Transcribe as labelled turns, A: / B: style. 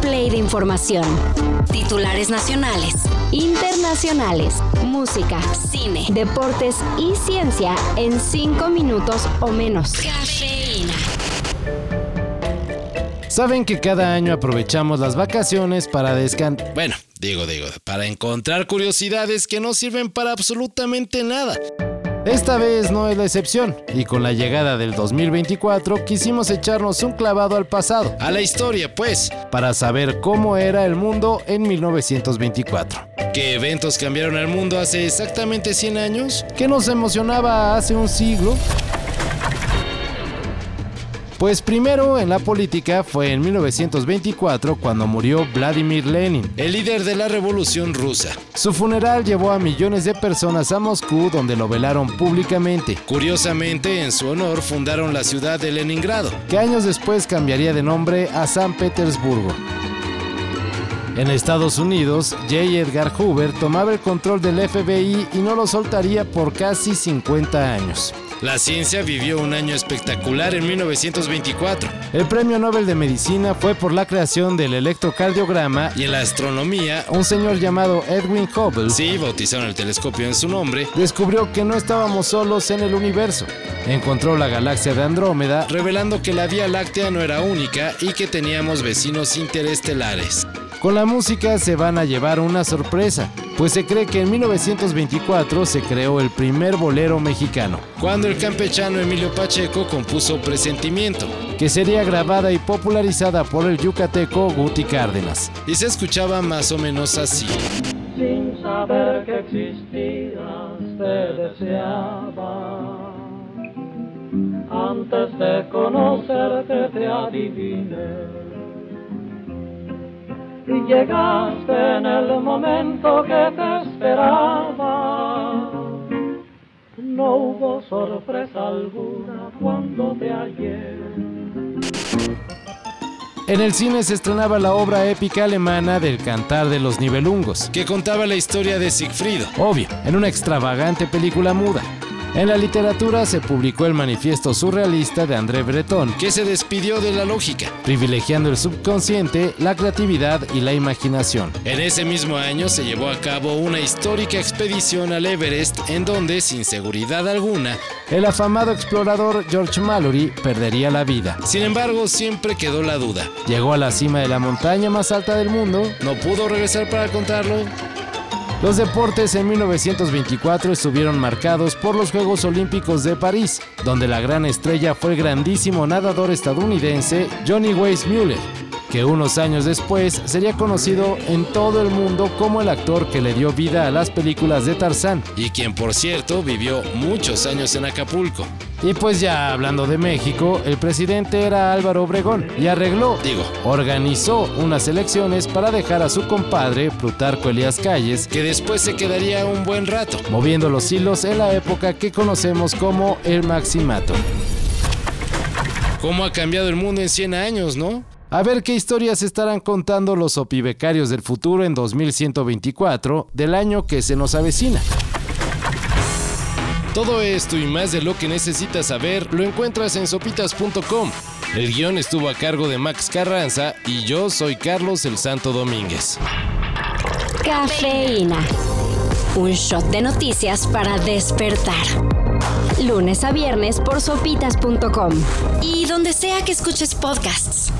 A: play de información. Titulares nacionales, internacionales, música, cine, deportes y ciencia en 5 minutos o menos. Cafeína.
B: Saben que cada año aprovechamos las vacaciones para descansar. Bueno, digo, digo, para encontrar curiosidades que no sirven para absolutamente nada. Esta vez no es la excepción, y con la llegada del 2024 quisimos echarnos un clavado al pasado, a la historia pues, para saber cómo era el mundo en 1924. ¿Qué eventos cambiaron al mundo hace exactamente 100 años? ¿Qué nos emocionaba hace un siglo? Pues primero en la política fue en 1924 cuando murió Vladimir Lenin, el líder de la revolución rusa. Su funeral llevó a millones de personas a Moscú donde lo velaron públicamente. Curiosamente, en su honor fundaron la ciudad de Leningrado, que años después cambiaría de nombre a San Petersburgo. En Estados Unidos, J. Edgar Hoover tomaba el control del FBI y no lo soltaría por casi 50 años. La ciencia vivió un año espectacular en 1924. El premio Nobel de Medicina fue por la creación del electrocardiograma y en la astronomía, un señor llamado Edwin Hubble, sí, bautizaron el telescopio en su nombre, descubrió que no estábamos solos en el universo. Encontró la galaxia de Andrómeda, revelando que la Vía Láctea no era única y que teníamos vecinos interestelares. Con la música se van a llevar una sorpresa, pues se cree que en 1924 se creó el primer bolero mexicano, cuando el campechano Emilio Pacheco compuso Presentimiento, que sería grabada y popularizada por el yucateco Guti Cárdenas, y se escuchaba más o menos así.
C: Sin saber que existías, te deseaba. Antes de conocerte te adiviné y llegaste en el momento que te esperaba. No hubo sorpresa alguna cuando te hallé.
B: En el cine se estrenaba la obra épica alemana del Cantar de los Nibelungos, que contaba la historia de Siegfried, obvio, en una extravagante película muda. En la literatura se publicó el manifiesto surrealista de André Breton, que se despidió de la lógica, privilegiando el subconsciente, la creatividad y la imaginación. En ese mismo año se llevó a cabo una histórica expedición al Everest, en donde, sin seguridad alguna, el afamado explorador George Mallory perdería la vida. Sin embargo, siempre quedó la duda. Llegó a la cima de la montaña más alta del mundo, no pudo regresar para contarlo, los deportes en 1924 estuvieron marcados por los Juegos Olímpicos de París, donde la gran estrella fue el grandísimo nadador estadounidense Johnny Weissmuller, que unos años después sería conocido en todo el mundo como el actor que le dio vida a las películas de Tarzán, y quien por cierto vivió muchos años en Acapulco. Y pues ya hablando de México, el presidente era Álvaro Obregón y arregló, digo, organizó unas elecciones para dejar a su compadre Plutarco Elías Calles, que después se quedaría un buen rato, moviendo los hilos en la época que conocemos como el Maximato. ¿Cómo ha cambiado el mundo en 100 años, no? A ver qué historias estarán contando los opibecarios del futuro en 2124, del año que se nos avecina. Todo esto y más de lo que necesitas saber lo encuentras en sopitas.com. El guión estuvo a cargo de Max Carranza y yo soy Carlos el Santo Domínguez.
A: Cafeína. Un shot de noticias para despertar. Lunes a viernes por sopitas.com. Y donde sea que escuches podcasts.